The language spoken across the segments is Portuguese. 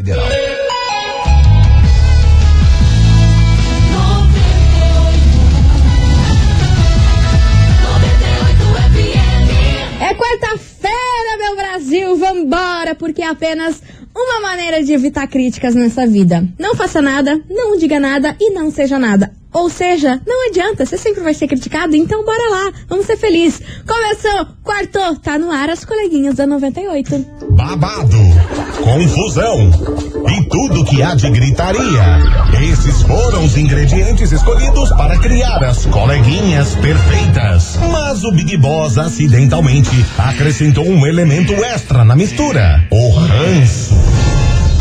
Federal. É quarta-feira, meu Brasil! Vambora, porque é apenas uma maneira de evitar críticas nessa vida. Não faça nada, não diga nada e não seja nada. Ou seja, não adianta, você sempre vai ser criticado, então bora lá, vamos ser felizes. Começou, quarto, tá no ar as coleguinhas da 98. Babado, confusão e tudo que há de gritaria. Esses foram os ingredientes escolhidos para criar as coleguinhas perfeitas. Mas o Big Boss acidentalmente acrescentou um elemento extra na mistura: o ranço.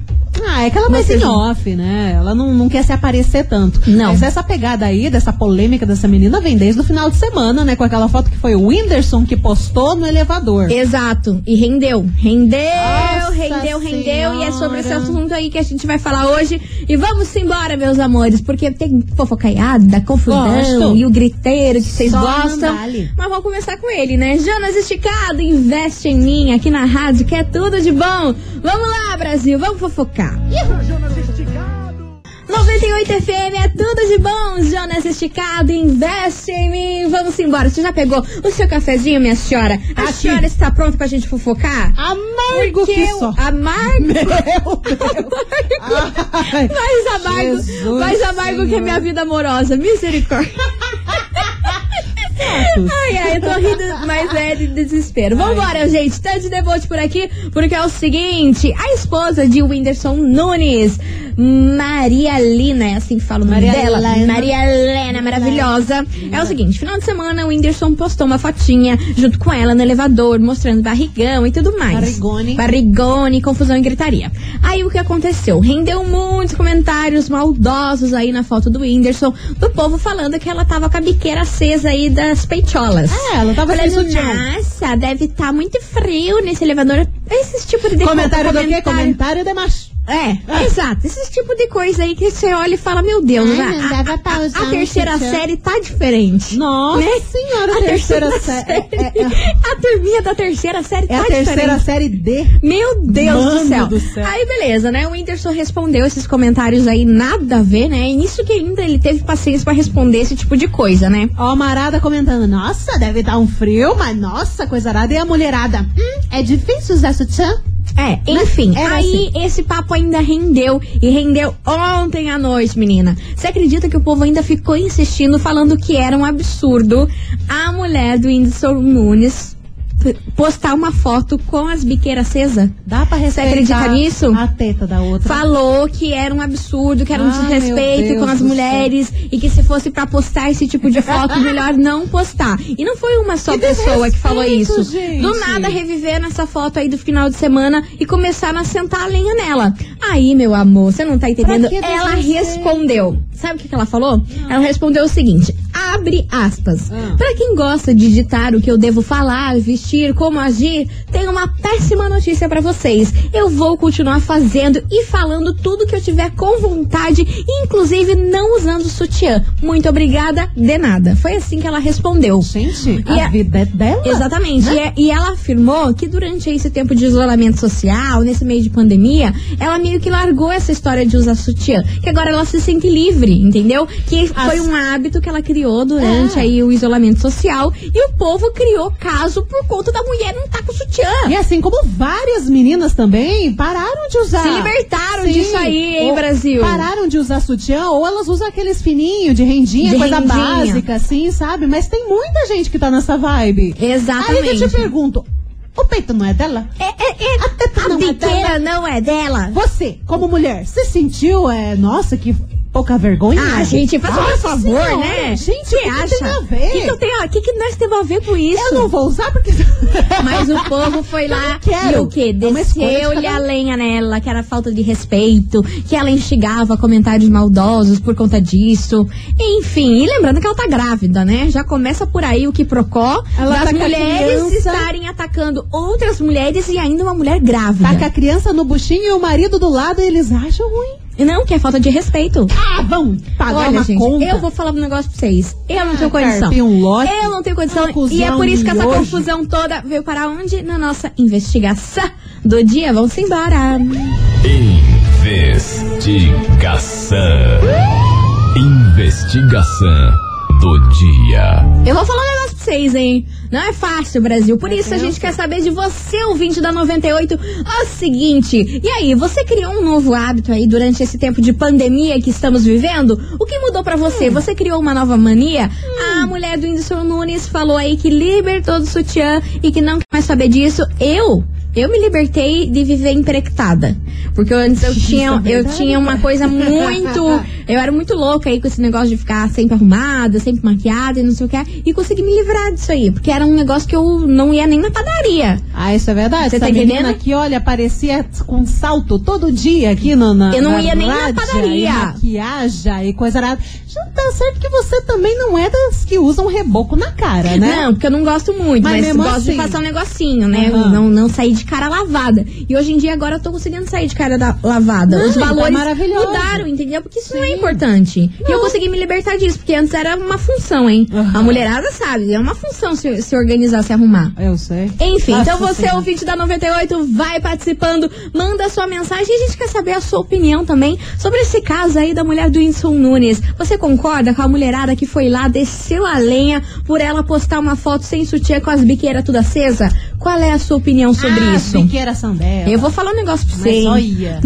Ah, é que ela vai Você ser em já- off, né? Ela não, não quer se aparecer tanto. Não. Mas essa pegada aí, dessa polêmica dessa menina, vem desde o final de semana, né? Com aquela foto que foi o Whindersson que postou no elevador. Exato, e rendeu. Rendeu, Nossa rendeu, rendeu. E é sobre esse Senhora. assunto aí que a gente vai falar hoje. E vamos embora, meus amores, porque tem fofocaiada, confusão Gosto. e o griteiro que vocês Só um gostam. mandale. Mas vamos começar com ele, né? Jonas Esticado, investe em mim aqui na rádio, que é tudo de bom. Vamos lá, Brasil, vamos fofocar. 98 FM é tudo de bom, Jonas Esticado, investe em mim. Vamos embora. Você já pegou o seu cafezinho, minha senhora? A Aqui. senhora está pronta pra gente fofocar? Amargo Porque que eu- só. Amargo. Ai, Mais amargo. Jesus mais amargo que a minha vida amorosa. Misericórdia. Senhor. Ai, ai, eu tô rindo, mas é de desespero. Vambora, gente. Tanto de debote por aqui, porque é o seguinte: a esposa de Whindersson Nunes, Maria Lina, é assim que fala o nome Maria dela. Helena. Maria Helena, maravilhosa. É o seguinte: final de semana, o Whindersson postou uma fotinha junto com ela no elevador, mostrando barrigão e tudo mais. Barrigone. Barrigone, confusão e gritaria. Aí o que aconteceu? Rendeu muitos comentários maldosos aí na foto do Whindersson, do povo falando que ela tava com a biqueira acesa aí das peitolas. É, ela tava sem Falando, sutiã. Nossa, deve estar muito frio nesse elevador. Esse tipo de Comentário do quê? Comentário comentário- de macho. é, exato. Esse tipo de coisa aí que você olha e fala, meu Deus, Ai, a- não a- dava a- pra a, usar um terceira sutiã. série tá diferente. Nossa Né? senhora, A terceira sé- série. É, é- A turminha da terceira série é tá a terceira diferente. série D. Meu Deus do, Mano céu. do céu. Aí beleza, né? O Whindersson respondeu esses comentários aí, nada a ver, né? E nisso que ainda ele teve paciência pra responder esse tipo de coisa, né? Ó, a Marada comentando, nossa, deve dar um frio, mas nossa, coisa arada. E a mulherada, hum, é difícil usar sutiã? É, enfim, Mas Né? era assim. aí esse papo ainda rendeu e rendeu ontem à noite, menina. Você acredita que o povo ainda ficou insistindo, falando que era um absurdo a mulher do Whindersson Nunes postar uma foto com as biqueiras acesa. Dá pra respeitar acredita nisso? a teta da outra. Falou que era um absurdo, que era um Ah, meu desrespeito Deus com as do mulheres e que se fosse pra postar esse tipo de foto, melhor não postar. E não foi uma só Que pessoa que falou desrespeito, isso. gente. Do nada reviver nessa foto aí do final de semana e começaram a sentar a lenha nela. Aí, meu amor, você não tá entendendo? que Ela desrespeito? respondeu. Sabe o que que ela falou? Ela respondeu o seguinte: abre aspas. Ah. Pra quem gosta de ditar o que eu devo falar, vestir, como agir, tenho uma péssima notícia pra vocês. Eu vou continuar fazendo e falando tudo que eu tiver com vontade, inclusive não usando sutiã. Muito obrigada, de nada. Foi assim que ela respondeu. Gente, E a a- vida é dela. Exatamente. E, e ela afirmou que durante esse tempo de isolamento social, nesse meio de pandemia, ela meio que largou essa história de usar sutiã. Que agora ela se sente livre, entendeu? Que As- É. foi um hábito que ela criou durante aí o isolamento social. E o povo criou caso por conta da mulher não tá com sutiã. E assim como várias meninas também pararam de usar. Se libertaram disso aí, hein, Ou Brasil? Pararam de usar sutiã ou elas usam aqueles fininhos de rendinha, De coisa rendinha. básica, assim, sabe? Mas tem muita gente que tá nessa vibe. Exatamente. Aí que eu te pergunto, o peito não é dela? É, é, é, A teta a não é dela? biqueira não é dela. Você, como mulher, se sentiu, é, nossa, que pouca vergonha? Ah, gente, faz Nossa um favor, senhora, né? Gente, Você o que, que tem a O que, ver? que eu tenho? O que, que nós temos a ver com isso? Eu não vou usar porque... Mas o povo foi lá não quero. e o quê? É uma escolha de Desceu-lhe cada a um. lenha nela, que era falta de respeito, que ela instigava comentários maldosos por conta disso. Enfim, e lembrando que ela tá grávida, né? Já começa por aí o que procó Ela das ataca a mulheres criança. estarem atacando outras mulheres e ainda uma mulher grávida. Tá com a criança no buchinho e o marido do lado e eles acham ruim. Não, que é falta de respeito. Ah, vão pagar Olha, uma gente, conta. eu vou falar um negócio pra vocês. Eu não Ah, tenho condição. Carpinho, um lote. eu não tenho condição. Ah, cuzão, e é por isso que essa miojo. confusão toda veio parar onde? Na nossa investigação do dia. Vamos embora. Investigação. Investigação do dia. Eu vou falar um negócio pra vocês, hein? Não é fácil, Brasil. Por isso a gente quer saber de você, ouvinte da 98, o seguinte. E aí, você criou um novo hábito aí durante esse tempo de pandemia que estamos vivendo? O que mudou pra Hum. você? Você criou uma nova mania? A mulher do Whindersson Nunes falou aí que libertou do sutiã e que não quer mais saber disso. Eu? Eu me libertei de viver emprectada. Porque antes eu tinha, é eu verdade. tinha uma coisa muito eu era muito louca aí com esse negócio de ficar sempre arrumada, sempre maquiada e não sei o que. E consegui me livrar disso aí, porque era um negócio que eu não ia nem na padaria. Ah, isso é verdade. Você Essa tá menina entendendo? aqui, olha, aparecia com salto todo dia aqui no, na Eu não na ia nem na rádio, padaria. E maquiagem e coisa arada. Já tá certo que você também não é das que usam reboco na cara, né? Não, porque eu não gosto muito, Mas mas, mesmo gosto assim. de passar um negocinho, né? Aham. Não, não sair de cara lavada. E hoje em dia agora eu tô conseguindo sair de cara da- lavada. Não, Os tá valores maravilhoso. mudaram, entendeu? Porque isso não é importante. E eu consegui me libertar disso, porque antes era uma função, hein? Aham. A mulherada sabe, é uma função se, se organizar, se arrumar. Eu sei. Enfim, Nossa então você, Senhora. ouvinte da 98, vai participando, manda sua mensagem e a gente quer saber a sua opinião também sobre esse caso aí da mulher do Whindersson Nunes. Você concorda com a mulherada que foi lá, desceu a lenha por ela postar uma foto sem sutiã com as biqueiras tudo acesa? Qual é a sua opinião sobre ah, isso? Biqueira Sandela. Eu vou falar um negócio pra Mas você. hein? olha.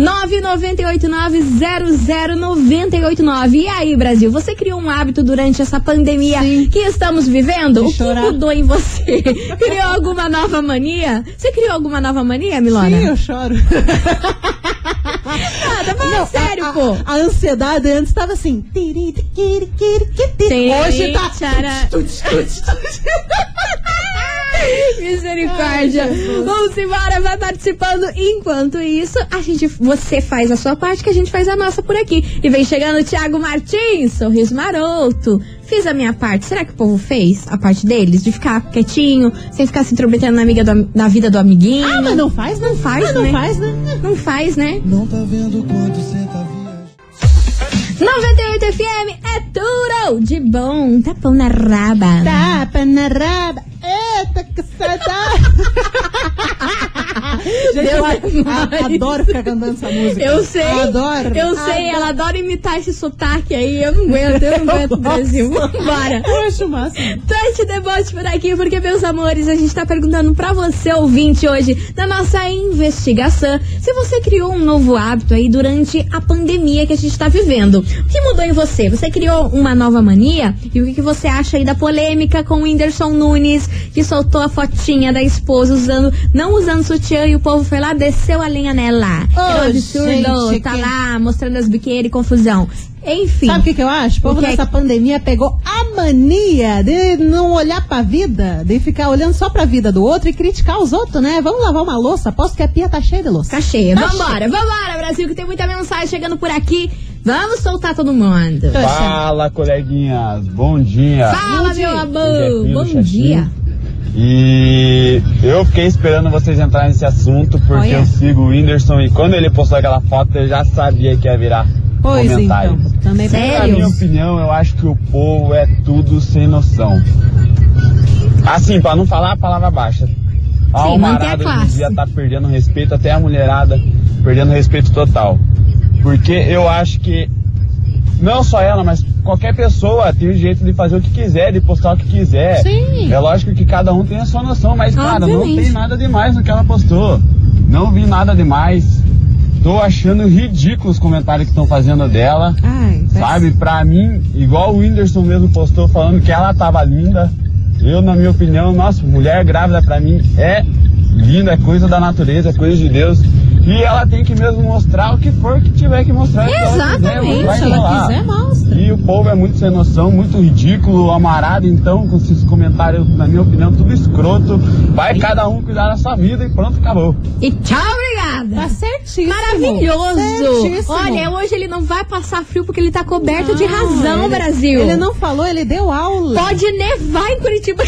998900989. E aí, Brasil, você criou um hábito durante essa pandemia Sim. que estamos vivendo? De o que chorar. mudou em você? criou alguma nova mania? Você criou alguma nova mania, Milona? Sim, eu choro. Ah, tá falando Não, sério, a, a- pô. A, ansiedade antes tava assim. tiri, tiri, tiri, tiri. Sim, Hoje tá. tchara. Tuts, tuts, tuts. Misericórdia. Ai, Jesus. Vamos embora, vai participando. Enquanto isso, a gente, você faz a sua parte que a gente faz a nossa por aqui. E vem chegando o Thiago Martins, sorriso maroto. Fiz a minha parte. Será que o povo fez a parte deles? De ficar quietinho, sem ficar se intrometendo na, amiga do am- na vida do amiguinho? Ah, mas não faz, não faz, Ah, não né? faz, né? Não faz, né? Não tá vendo quanto cê tá viajando. 98 FM é tudo de bom. Tapão na raba. Tá Tapa na raba. Eita, que saudade. Gente, eu a- Deus é a- mais. adoro ficar cantando essa música. Eu sei. Eu adoro. Eu sei, ela adora imitar esse sotaque aí. Eu não aguento, eu não aguento, Brasil. Vambora. Eu acho o máximo. Tante debote por aqui, porque, meus amores, a gente tá perguntando pra você, ouvinte, hoje, na nossa investigação, se você criou um novo hábito aí durante a pandemia que a gente tá vivendo. O que mudou em você? Você criou uma nova mania? E o que, que você acha aí da polêmica com o Whindersson Nunes, que soltou a fotinha da esposa usando, não usando sutiã e o povo foi lá, desceu a linha nela. Ô, é um absurdo, gente, tá que- lá mostrando as biqueiras e confusão. Enfim. Sabe o que, que eu acho? O povo O que é nessa pandemia pegou a mania de não olhar pra vida, de ficar olhando só pra vida do outro e criticar os outros, né? Vamos lavar uma louça, aposto que a pia tá cheia de louça. Tá cheia. Tá Vambora, vambora, Brasil, que tem muita mensagem chegando por aqui. Vamos soltar todo mundo. Tô achando. Fala, coleguinhas. Bom dia. Fala, Tá. Bom dia. meu Jefinho amor. do Bom Chatinho. dia. E eu fiquei esperando vocês entrarem nesse assunto porque Olha. eu sigo o Whindersson e quando ele postou aquela foto eu já sabia que ia virar Pois comentário. então. Também Na Sério? minha opinião, eu acho que o povo é tudo sem noção. Assim, pra não falar a palavra baixa. A Sim, manter a almarada hoje em classe. dia tá perdendo respeito, até a mulherada perdendo respeito total. Porque eu acho que não só ela, mas qualquer pessoa tem o direito de fazer o que quiser, de postar o que quiser. Sim. É lógico que cada um tem a sua noção, mas cara, não Obviamente. tem nada demais no que ela postou. Não vi nada demais. Tô achando ridículo os comentários que estão fazendo dela. Ai, tá Sabe, pra mim, igual o Whindersson mesmo postou falando que ela tava linda. Eu, na minha opinião, nossa, mulher grávida pra mim é linda, é coisa da natureza, é coisa de Deus. E ela tem que mesmo mostrar o que for que tiver que mostrar. se ela quiser, Exatamente, vai Se ela rolar. quiser, mostra. E o povo é muito sem noção, muito ridículo, amarado, então, com esses comentários, na minha opinião, tudo escroto. Vai cada um cuidar da sua vida e pronto, acabou. E tchau, obrigada. Tá certíssimo. Maravilhoso! Certíssimo. Olha, hoje ele não vai passar frio porque ele tá coberto de Não, razão, ele- Brasil. Ele não falou, ele deu aula. Pode nevar em Curitiba.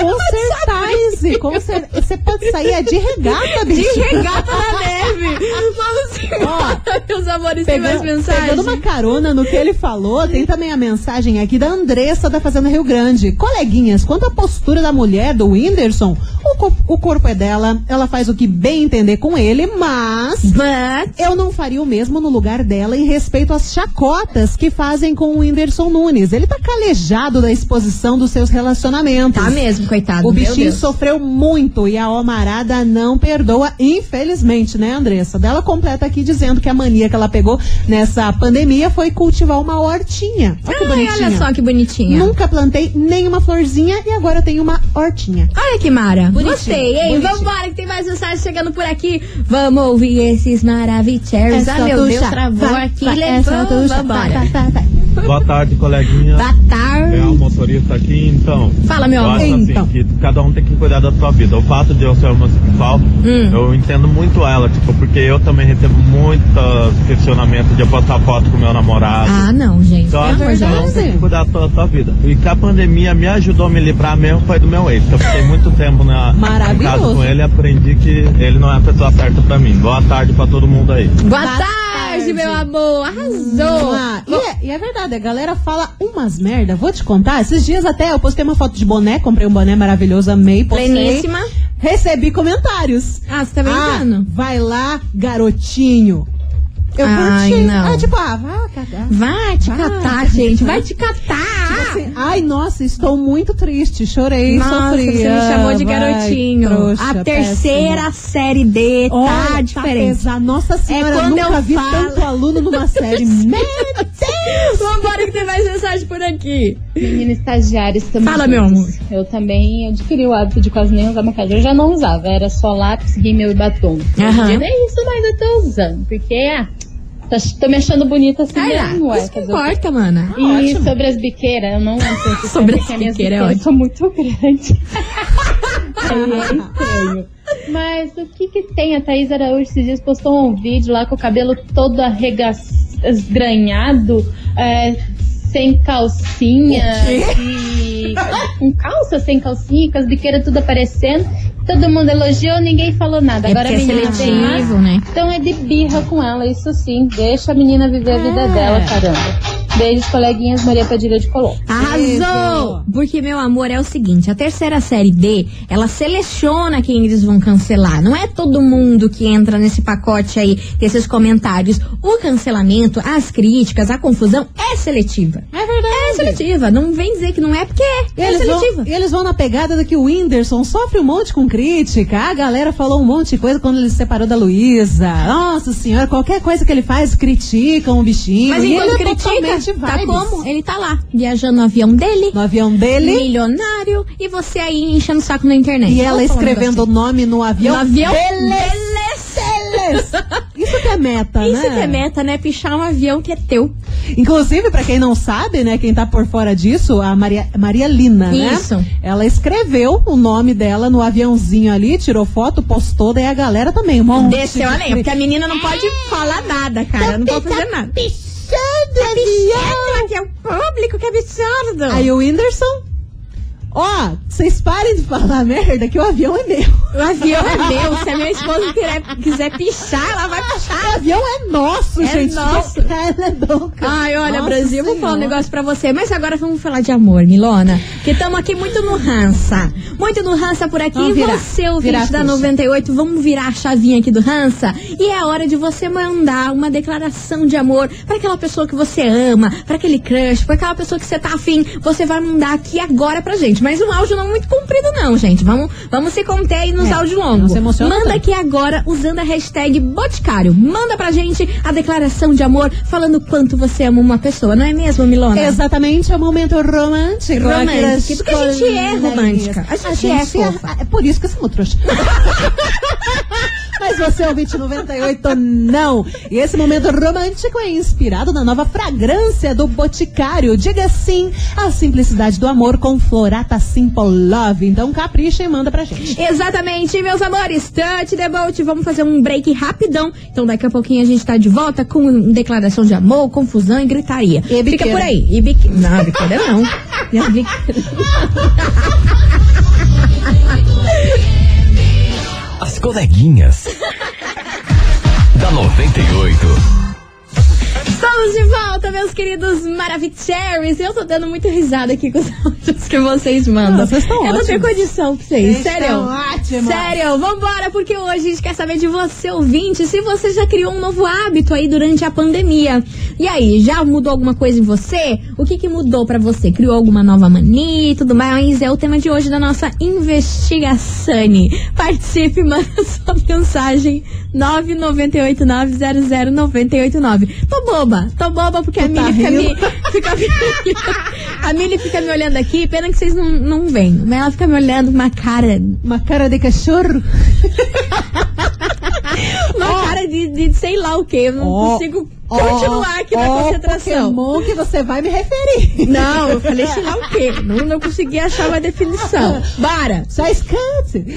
Com certeza, com cer- Você pode sair é de regata, De bicho. regata na neve. Vamos embora, meus amores. Tem mais mensagem? pegando uma carona no que ele falou, tem também a mensagem aqui da Andressa da Fazenda Rio Grande. Coleguinhas, quanto à postura da mulher do Whindersson, o, co- o corpo é dela, ela faz o que bem entender com ele, mas But... eu não faria o mesmo no lugar dela em respeito às chacotas que fazem com o Whindersson Nunes. Ele tá calejado da exposição dos seus relacionamentos. Tá mesmo, coitado. O meu bichinho Deus. sofreu muito e a Omarada não perdoa, infelizmente, né, Andressa? Dela completa aqui dizendo que a mania que ela pegou nessa pandemia foi cultivar uma hortinha. Olha que Ai, bonitinha. olha só que bonitinha. Nunca plantei nenhuma florzinha e agora tenho uma hortinha. Olha que mara. Bonitinho, Gostei, hein? bonitinho. Vambora, que tem mais mensagens chegando por aqui. Vamos ouvir esses É maravilhosos. Ah, só meu tu Deus, chá. travou Vai, aqui. vai, é só levou, tu chá. vambora. Vai, vai, vai. Boa tarde, coleguinha. Boa tarde. É o motorista aqui, então. Fala, meu eu amor. acho assim, Então. que cada um tem que cuidar da sua vida. O fato de eu ser homossexual, Hum. eu entendo muito ela, tipo, porque eu também recebo muitos questionamentos de eu postar foto com meu namorado. Ah, não, gente. Então, Pelo acho que amor de é verdade. cada um Deus. tem que cuidar da sua, da sua vida. E que a pandemia me ajudou a me livrar mesmo foi do meu ex. que Eu fiquei muito tempo na em casa Maravilhoso. com ele e aprendi que ele não é a pessoa certa pra mim. Boa tarde pra todo mundo aí. Boa Boa tarde, tarde. meu amor. Arrasou. Ah, e, é, e é verdade, a galera fala umas merda. Vou te contar, esses dias até eu postei uma foto de boné, comprei um boné maravilhoso, amei, postei. Pleníssima. Recebi comentários. Ah, você tá Ah, brincando? vai lá, garotinho. Eu Ai, curti. não. Ah, tipo, ah, vai cagar. Vai te catar, gente. Vai te catar. Assim, ai, nossa, estou muito triste. Chorei, Nossa, sofri. você me chamou de Ah, vai, garotinho. trouxa, a terceira série D tá péssimo. Olha, tá diferente. É pesado. Nossa senhora, quando nunca eu vi falo- tanto aluno numa série. Meu Deus! Vambora que tem mais mensagem por aqui. Menina estagiária, estamos Fala, meu juntos. Eu também adquiri o hábito de quase nem usar maquiagem. Eu já não usava, era só lápis, rímel e batom. Aham. Hoje em dia Não é isso, mas eu tô usando, porque, ah, tá- tô me achando bonita assim Ai, lá, um mesmo. ué, isso que fazer o quê? importa, mana. E sobre as biqueiras, eu não lembro se Sobre as porque biqueiras é minhas biqueiras ótimo. são muito grandes. Aí é estranho. Mas o que que tem? A Thaís Araújo esses dias postou um vídeo lá com o cabelo todo arregaçado, esgranhado, é, sem calcinha. E... Com calça sem calcinha, com as biqueiras tudo aparecendo. Todo mundo elogiou, ninguém falou nada. É Agora a porque é menina tem seletivo, né? então é de birra com ela, isso sim. Deixa a menina viver a vida dela, caramba. Beijos, coleguinhas. Maria Padilha de Colombo. Arrasou! Porque, meu amor, é o seguinte: a terceira série D, ela seleciona quem eles vão cancelar. Não é todo mundo que entra nesse pacote aí, desses comentários. O cancelamento, as críticas, a confusão é seletiva. É verdade. É seletiva. Não vem dizer que não é porque é. É Eles vão, seletiva. eles vão na pegada do que o Whindersson sofre um monte com crítica. A galera falou um monte de coisa quando ele se separou da Luísa. Nossa senhora, qualquer coisa que ele faz, criticam o bichinho. Mas E ele enquanto é totalmente critica, tá vibes. como? Ele tá lá, viajando no avião dele, No avião dele. milionário, e você aí enchendo o saco na internet. E ela Vamos falar um escrevendo o nome no avião. No avião Beleza. Isso que é meta, Isso né? que é meta, né? Pichar um avião que é teu. Inclusive, pra quem não sabe, né, quem tá por fora disso, a Maria, Maria Lina, né? Isso. Ela escreveu o nome dela no aviãozinho ali, tirou foto, postou, daí a galera também, um monte. Desceu de- além, porque a menina não pode é. falar nada, cara. Não pode fazer nada. Pichando Pichando aqui é o público, que absurdo. Aí o Whindersson, ó, vocês parem de falar merda que o avião é meu. o avião é meu, se a minha esposa quiser, quiser pichar, ela vai O pichar. avião é nosso, É gente. nosso. Cara, é louca. Ai, olha, Nossa Brasil, eu vou falar um Senhora. negócio pra você. Mas agora vamos falar de amor, Milona. Que estamos aqui muito no rança. Muito no rança por aqui. Vamos E virar. você, ouvinte Virar a da ficha. 98, vamos virar a chavinha aqui do rança. E é hora de você mandar uma declaração de amor pra aquela pessoa que você ama, pra aquele crush, pra aquela pessoa que você tá afim. Você vai mandar aqui agora pra gente. Mas um áudio não muito comprido, não, gente. Vamos, vamos se conter aí nos É, áudios longos. não se emociona Manda tanto. aqui agora usando a hashtag Boticário. Manda pra gente a declaração de amor falando quanto você ama uma pessoa, não é mesmo, Milona? Exatamente, é um momento romântico. aquelas Romântico, porque a gente é coisinhas. romântica. A gente é fofa. É por isso que eu sou uma trouxa. Mas você é o 2098, não. E esse momento romântico é inspirado na nova fragrância do Boticário. Diga sim à simplicidade do amor com Florata Simple Love. Então capricha e manda pra gente. Exatamente, meus amores. Touch the boat. Vamos fazer um break rapidão. Então, daqui a pouquinho a gente tá de volta com declaração de amor, confusão e gritaria. E biqueira. Fica por aí. E bique... Não, biqueira não. Não, biqueira. As coleguinhas. da 98. Estamos de volta, meus queridos Maravicheries. Eu tô dando muita risada aqui com os áudios que vocês mandam. Não, vocês tão Eu não tenho ótimos. condição pra vocês, Vocês sério. tão ótimos. Sério, vambora, porque hoje a gente quer saber de você, ouvinte, se você já criou um novo hábito aí durante a pandemia. E aí, já mudou alguma coisa em você? O que que mudou pra você? Criou alguma nova mania e tudo mais? É o tema de hoje da nossa investigação. Participe, manda sua mensagem 998900989. Tô boba, tô boba porque a Tu tá Mili fica me, rindo? fica me A Mili fica me olhando aqui, pena que vocês não, não veem, mas ela fica me olhando com uma cara Uma cara de cachorro. Uma cara de, de sei lá o que. Eu não Ó, consigo ó, continuar aqui na ó, concentração. Pokémon que você vai me referir. Não, eu falei sei lá o quê. Não, não consegui achar uma definição. Bora! Só escante.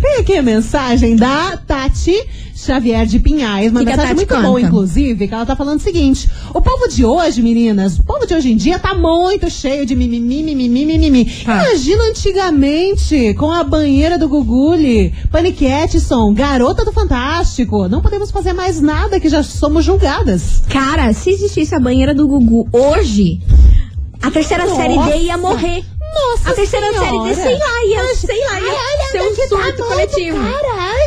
Tem aqui a mensagem da Tati Xavier de Pinhais. Uma Que que a mensagem Tati muito conta? boa, inclusive, que ela tá falando o seguinte. O povo de hoje, meninas, o povo de hoje em dia tá muito cheio de mimimi, mimimi, mimimi. Tá. Imagina antigamente, com a banheira do Guguli, Panic Edson, Garota do Fantástico. Não podemos fazer mais nada que já somos julgadas. Cara, se existisse a banheira do Gugu hoje, a terceira Nossa. série D ia morrer. Nossa A terceira Senhora. série D, sei lá, ia, Ah, sei lá, ia ser um surto coletivo.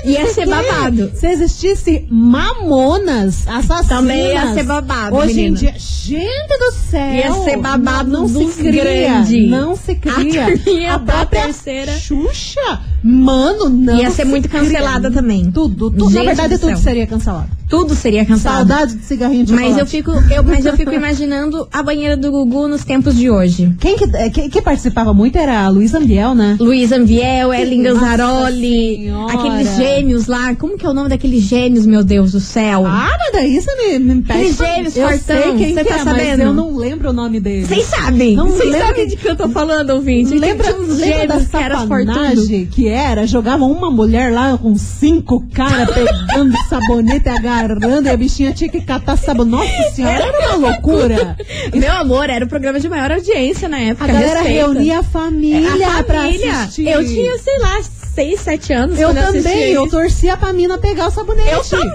Ia ser babado. Se existisse mamonas, assassinas. Também ia ser babado, Hoje menina. em dia, gente do céu. Ia ser babado Não, não dos se cria. grande. Não se cria. A turminha da própria terceira. Xuxa, mano, não. Ia ser se muito cria. cancelada também. Tudo, tudo. Gente na verdade, do céu. tudo seria cancelado. Tudo seria cancelado. Saudade de cigarrinho de Mas eu, chocolate. fico, eu, mas eu fico imaginando a banheira do Gugu nos tempos de hoje. Quem que, eh, quem, quem participava muito era a Luísa Ambiel, né? Luiz Ambiel, Ellen Nossa Ganzaroli, Senhora. aqueles gênios lá. Como que é o nome daqueles gênios, meu Deus do céu? Ah, mas daí você me, me pede. Aquele pra- James eu Fortão, sei quem você que tá é, Mas sabendo? eu não lembro o nome dele. Vocês sabem, Não vocês lembra sabem que- de que eu tô falando, ouvinte. Que Lembra, tinha uns lembra da gênios que era fortudo. safanagem que era? Jogava uma mulher lá com cinco caras pegando sabonete, agarrando, e a bichinha tinha que catar sabonete. Nossa senhora, era uma loucura. Meu amor, era o programa de maior audiência na época. A galera respeita. reunia a família, a pra família. assistir. Eu tinha, sei lá, 6, 7 anos Eu quando eu assistia também, eu isso. torcia pra mina pegar o sabonete. Eu também.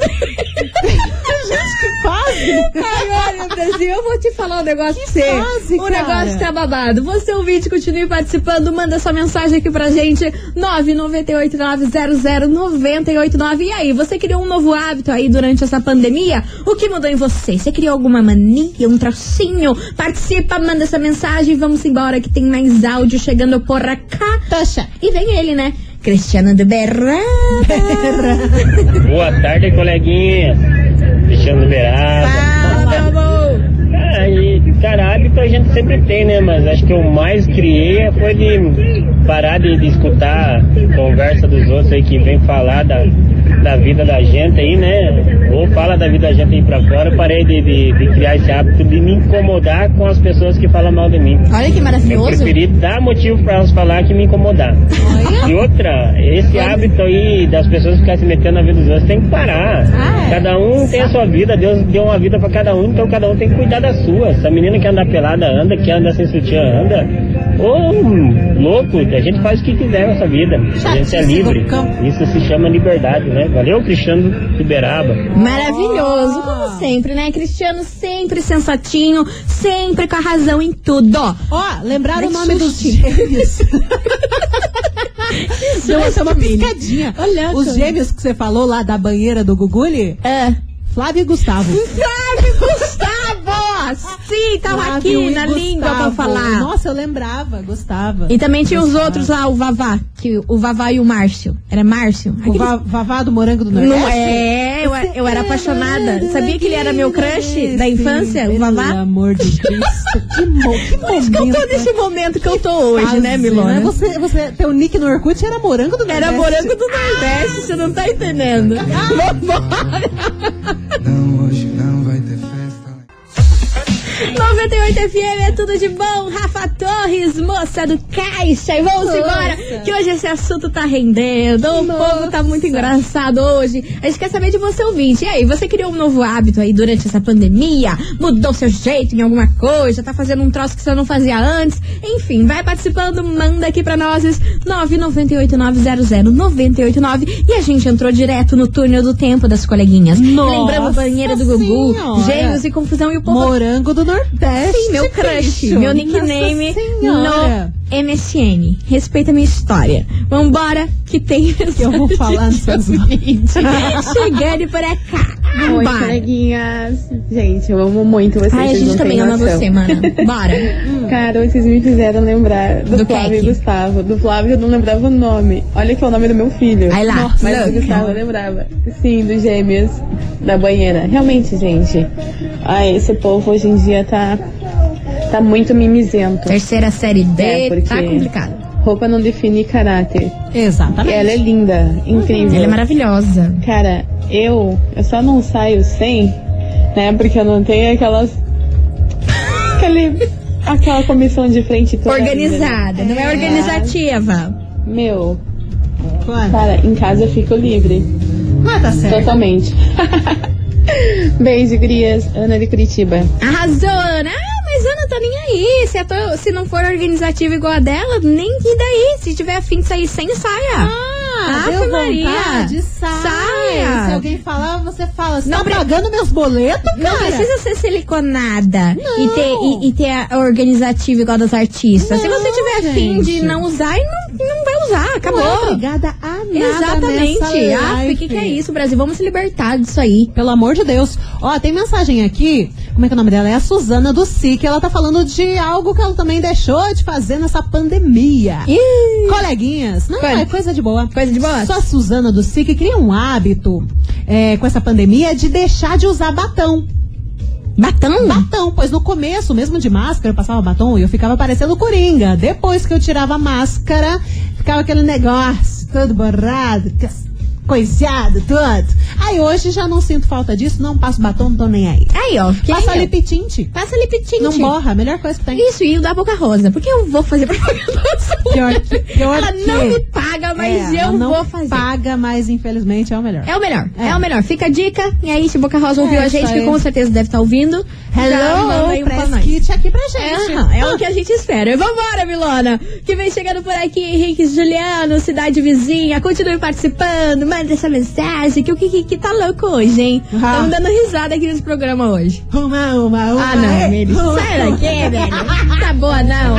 Gente, que fase! Ai, olha, Brasil, eu vou te falar um negócio pra você. fase, o cara. negócio tá babado. Você ouvinte, continue participando. Manda sua mensagem aqui pra gente. 998900989. E aí, você criou um novo hábito aí durante essa pandemia? O que mudou em você? Você criou alguma mania, um tracinho? Participa, manda essa mensagem. Vamos embora que tem mais áudio chegando por cá. Tocha. E vem ele, né? Cristiano de Berrada. Boa tarde, coleguinhas. Cristiano Beirada. Fala, meu amor. Cara, e, cara, hábito a gente sempre tem, né? Mas acho que o mais criei é foi de parar de, de escutar a conversa dos outros aí que vem falar da, da vida da gente aí, né? Ou fala da vida da gente aí pra fora. Eu parei de, de- de criar esse hábito de me incomodar com as pessoas que falam mal de mim. Olha que Eu maravilhoso. preferi É né? dar motivo pra elas falar que me incomodar. E outra, esse hábito aí das pessoas ficarem se metendo na vida dos outros tem que parar. Ah, é? Cada um tem a sua vida, Deus deu uma vida pra cada um, então cada um tem que cuidar da sua. Se a menina quer andar pelada, anda, quer andar sem sutiã, anda. Ô, louco, a gente faz o que quiser nessa vida. A gente é Chatice do livre. cão. Isso se chama liberdade, né? Valeu, Cristiano Liberaba. Maravilhoso, Oh. como sempre, né? Cristiano sempre sensatinho, sempre com a razão em tudo. Ó, lembraram o Ai, nome dos susto. gêmeos? Deu essa é uma piscadinha. Olha, Os cara. gêmeos que você falou lá da banheira do Guguli, É. Flávio e Gustavo. Então, Flávio Gustavo! Sim, tava Flávio aqui e na Gustavo. língua pra falar. Então, Nossa, eu lembrava, gostava. E também tinha os outros lá, o Vavá, que o Vavá e o Márcio. Era Márcio? O Aqueles- va Vavá do Morango do Nordeste? Não é, eu, eu era apaixonada. Sabia que ele era meu crush da infância, o Pelo Vavá? amor de Cristo, que, mo que Acho que eu tô momento, nesse momento que eu tô hoje, né, fase, Milona? Você, você, teu nick no Orkut era Morango do Nordeste. Era morango do Nordeste, você não tá entendendo. Ah, Não, hoje não vai ter festa. 98 FM é tudo de bom. Rafa Torres, moça do Caixa. E vamos Moça. embora, que hoje esse assunto tá rendendo. O povo tá muito engraçado hoje. A gente quer saber de você, ouvinte. E aí, você criou um novo hábito aí durante essa pandemia? Mudou seu jeito em alguma coisa? Tá fazendo um troço que você não fazia antes? Enfim, vai participando, manda aqui pra nós. 998900989. E a gente entrou direto no túnel do tempo das coleguinhas. Nossa Lembramos banheira do Gugu, Senhora. gêmeos e confusão e o povo Morango do Nordeste. Sim, meu crush, bicho. meu nickname Nossa no Senhora. MSN. Respeita a minha história. Vambora, que tem Que eu vou falar nos seus vídeos. Chegando por cá. Oi, Vambora. coleguinhas. Gente, eu amo muito vocês. Ai, a vocês gente tá não também têm ama noção. Hum. você, mano. Bora. Cara, vocês me fizeram lembrar do, Do Flávio Keke. e Gustavo. Do Flávio eu não lembrava o nome. Olha que é o nome do meu filho. Vai lá, Mas Flávio. do Gustavo eu lembrava. Sim, dos gêmeos da banheira. Realmente, gente. Ai, esse povo hoje em dia tá. Tá muito mimizento. Terceira série B, É, porque- tá complicado. Roupa não define caráter. Exatamente. Ela é linda, incrível. Ela é maravilhosa. Cara, eu, eu só não saio sem, né? Porque eu não tenho aquelas. Aquele, aquela comissão de frente toda. Organizada, não é organizativa. ainda, né? Meu, Claro. cara, em casa eu fico livre. Mas tá certo. Totalmente. Beijo, Grias. Ana de Curitiba. Arrasou, Ana. Ah, mas Ana tá nem aí. Se, a tua- se não for organizativa igual a dela, nem que daí. Se tiver afim de sair sem saia. Ah, Ave deu Maria. vontade, sai. Sai. Se alguém falar, você fala, você Não tá pre- pagando meus boletos, cara? Não precisa ser siliconada e Não. ter, e, e ter a organizativa igual das artistas. Se Não, você tiver afim de gente. não usar, e não, não vai usar, acabou. Não é obrigada a nada Exatamente. nessa Ah, o que, que é life. isso, Brasil? Vamos se libertar disso aí. Pelo amor de Deus. Ó, tem mensagem aqui. Como é que é o nome dela? É a Suzana do SIC. Ela tá falando de algo que ela também deixou de fazer nessa pandemia. Ih, Coleguinhas. Não, Qual? é coisa de boa. Coisa de boa? Só a Suzana do SIC cria um hábito é, com essa pandemia de deixar de usar batom. Batão? Batom, Então, pois no começo, mesmo de máscara, eu passava batom e eu ficava parecendo coringa. Depois que eu tirava a máscara, ficava aquele negócio todo borrado, cas- coiseado, tudo. Aí hoje já não sinto falta disso, não passo batom, não tô nem aí. Aí, ó. Que Passa aí, ó. lip tint. Passa lip é? tint. Não borra, a melhor coisa que tem. Isso, e o da Boca Rosa. Porque eu vou fazer propaganda Pior que- pior Ela que- não me paga, mas É, ela eu não vou fazer. Paga, mas infelizmente é o melhor. É o melhor, é. É. o melhor. Fica a dica. E aí, se Boca Rosa ouviu É a isso gente, que aí. com certeza deve estar ouvindo, já manda aí Hello, um pra press nós. kit aqui pra gente. Ah, É, é o que a gente espera. Vambora, Milona! Que vem chegando por aqui, Henrique Juliano, Cidade Vizinha. Continue participando, manda essa mensagem, que o Kiki que tá louco hoje, hein? Estamos dando risada aqui nesse programa hoje. Uma, uma, uma. Ah, não, ei, Meire, uma, sai daqui, velho. Tá boa, não.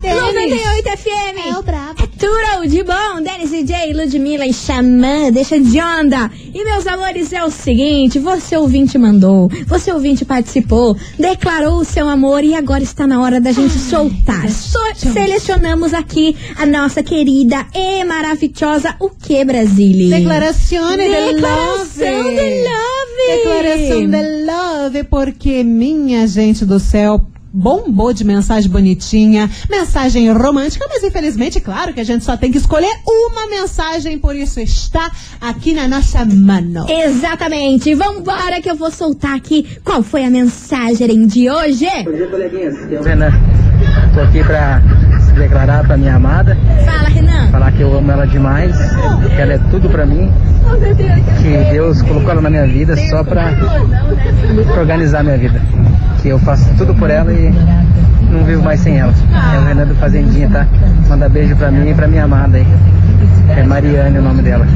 Denis. 98 FM. É o brabo. É tudo de bom. Denis DJ, Ludmilla e Xamã, deixa de onda. E meus amores, é o seguinte, você ouvinte mandou, você ouvinte participou, declarou o seu amor e agora está na hora da gente soltar. So- selecionamos aqui a nossa querida e maravilhosa o que Brasília? Declarazione del Declaração love. de love. Declaração de love, porque minha gente do céu. Bombou de mensagem bonitinha, mensagem romântica, mas infelizmente, claro que a gente só tem que escolher uma mensagem, por isso está aqui na nossa mano. Exatamente. Vambora que eu vou soltar aqui qual foi a mensagem de hoje. Renan, tô aqui pra se declarar pra minha amada, Fala, Renan. falar que eu amo ela demais, que ela é tudo pra mim, que Deus colocou ela na minha vida só pra organizar minha vida. Que eu faço tudo por ela e não vivo mais sem ela. É o Renan do Fazendinha, tá? Manda beijo pra mim e pra minha amada aí. É Mariane o nome dela.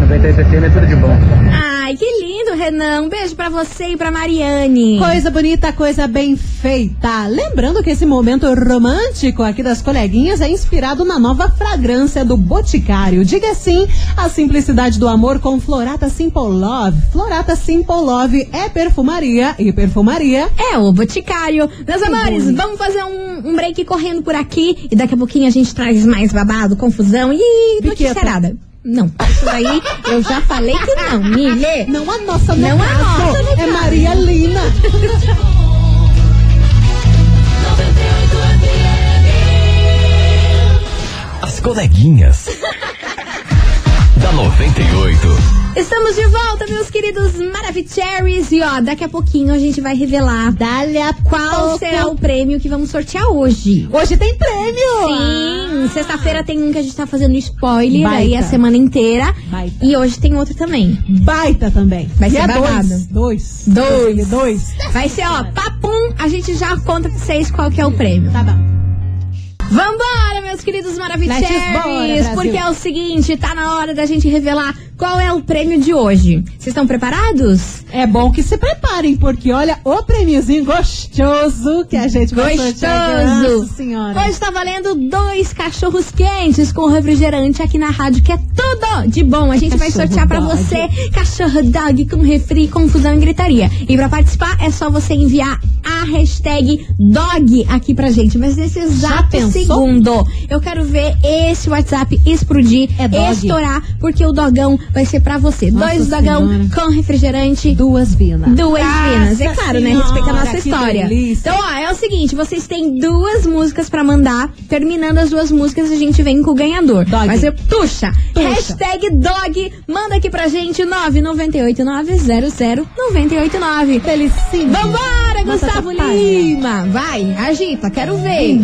98 FM é tudo de bom. Ai, que lindo, Renan. Um beijo pra você e pra Mariane. Coisa bonita, coisa bem feita. Lembrando que esse momento romântico aqui das coleguinhas é inspirado na nova fragrância do Boticário. Diga sim à simplicidade do amor com Florata Simple Love. Florata Simple Love é perfumaria e perfumaria. É o Boticário. Meus amores, vamos fazer um, um break correndo por aqui e daqui a pouquinho a gente traz mais babado, confusão e Biqueta. noticiarada. Não, isso daí eu já falei que não, Mille. Não a nossa, no Não a caso. nossa, no É caso. Maria Lina. As coleguinhas. da 98. Estamos de volta, meus queridos Maravicheries. E ó, daqui a pouquinho a gente vai revelar Dá-lhe a qual pouco. será o prêmio que vamos sortear hoje. Hoje tem prêmio. Ah. Sim, sexta-feira tem um que a gente tá fazendo spoiler Baita. aí a semana inteira. Baita. E hoje tem outro também. Baita também. Vai E ser é babado. dois. Dois. tá Dois. Dois. Vai ser, ó, papum, a gente já conta pra vocês qual que é o prêmio. Tá bom. Vambora, meus queridos Let's bora, maravilhosos! Brasil. Porque é o seguinte, tá na hora da gente revelar qual é o prêmio de hoje. Vocês estão preparados? É bom que se preparem, porque olha o prêmiozinho gostoso que a gente vai sortear. Gostoso! Nossa senhora. Hoje tá valendo dois cachorros quentes com refrigerante aqui na rádio, que é tudo de bom. A gente vai Cachorro sortear pra dog. você cachorro dog com refri, confusão e gritaria. E pra participar é só você enviar a hashtag dog aqui pra gente. Mas nesse exato pensou? segundo, eu quero ver esse WhatsApp explodir, É dog? estourar, porque o dogão vai ser pra você. Nossa dois dogão Senhora. com refrigerante. Duas vinas. Duas minas, é Nossa claro, né? Senhora, Respeita a nossa que história. delícia. Então, ó, é o seguinte: vocês têm duas músicas pra mandar. Terminando as duas músicas, a gente vem com o ganhador. Dog. Mas eu. Tuxa! Tuxa. Hashtag dog! Manda aqui pra gente 998900989. Delicinha. Vambora, Nossa, Gustavo papai. Lima! Vai, agita, quero ver.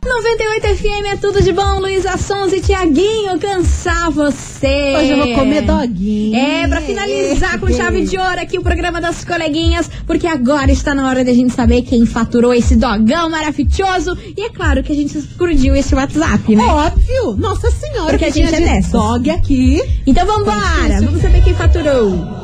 98 FM é tudo de bom, Luísa Sons e Tiaguinho, cansar você. Hoje eu vou comer doguinho. É, pra finalizar com chave de ouro aqui o programa das coleguinhas, porque agora está na hora da gente saber quem faturou esse dogão maravilhoso. E é claro que a gente explodiu esse WhatsApp, Oh, né? Óbvio! Nossa senhora, Porque a que gente tinha é de dessas. dog aqui. Então vambora, vamos saber quem faturou.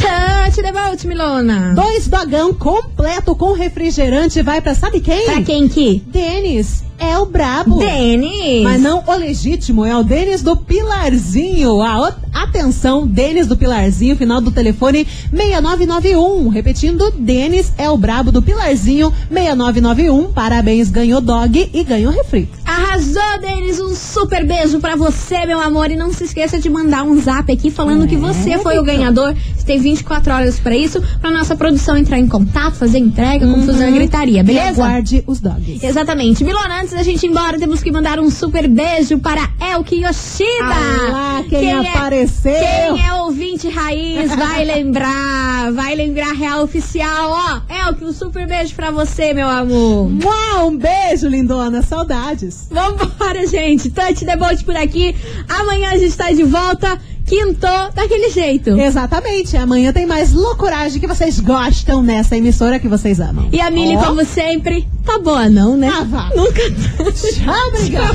Touch the boat, Milona. Dois dogão completo com refrigerante vai pra sabe quem? Pra quem que? Denis. É o brabo. Denis. Mas não o legítimo, é o Denis do Pilarzinho. A o- Atenção, Denis do Pilarzinho, final do telefone 6991. Repetindo, Denis é o brabo do Pilarzinho 6991. Parabéns, ganhou dog e ganhou refri. Arrasou, Denis! Um super beijo pra você, meu amor. E não se esqueça de mandar um zap aqui falando É. que você foi o ganhador. Você tem 24 horas pra isso, pra nossa produção entrar em contato, fazer entrega, confusão e gritaria, Uhum. E beleza? aguarde os dogs. Exatamente. Milona, antes da gente ir embora, temos que mandar um super beijo para Elke Yoshida. Alá, quem é- apareceu? quem é ouvinte raiz vai lembrar, vai lembrar real oficial. Ó, Elke, um super beijo pra você, meu amor. Uau, um beijo, lindona. Saudades. Vambora, gente. Touch the boat por aqui. Amanhã a gente tá de volta. Quintou daquele jeito. Exatamente. Amanhã tem mais loucuragem que vocês gostam nessa emissora que vocês amam. E a Mili, Ó. como sempre, tá boa não, né? Ah, vá. Nunca. Tchau, obrigada.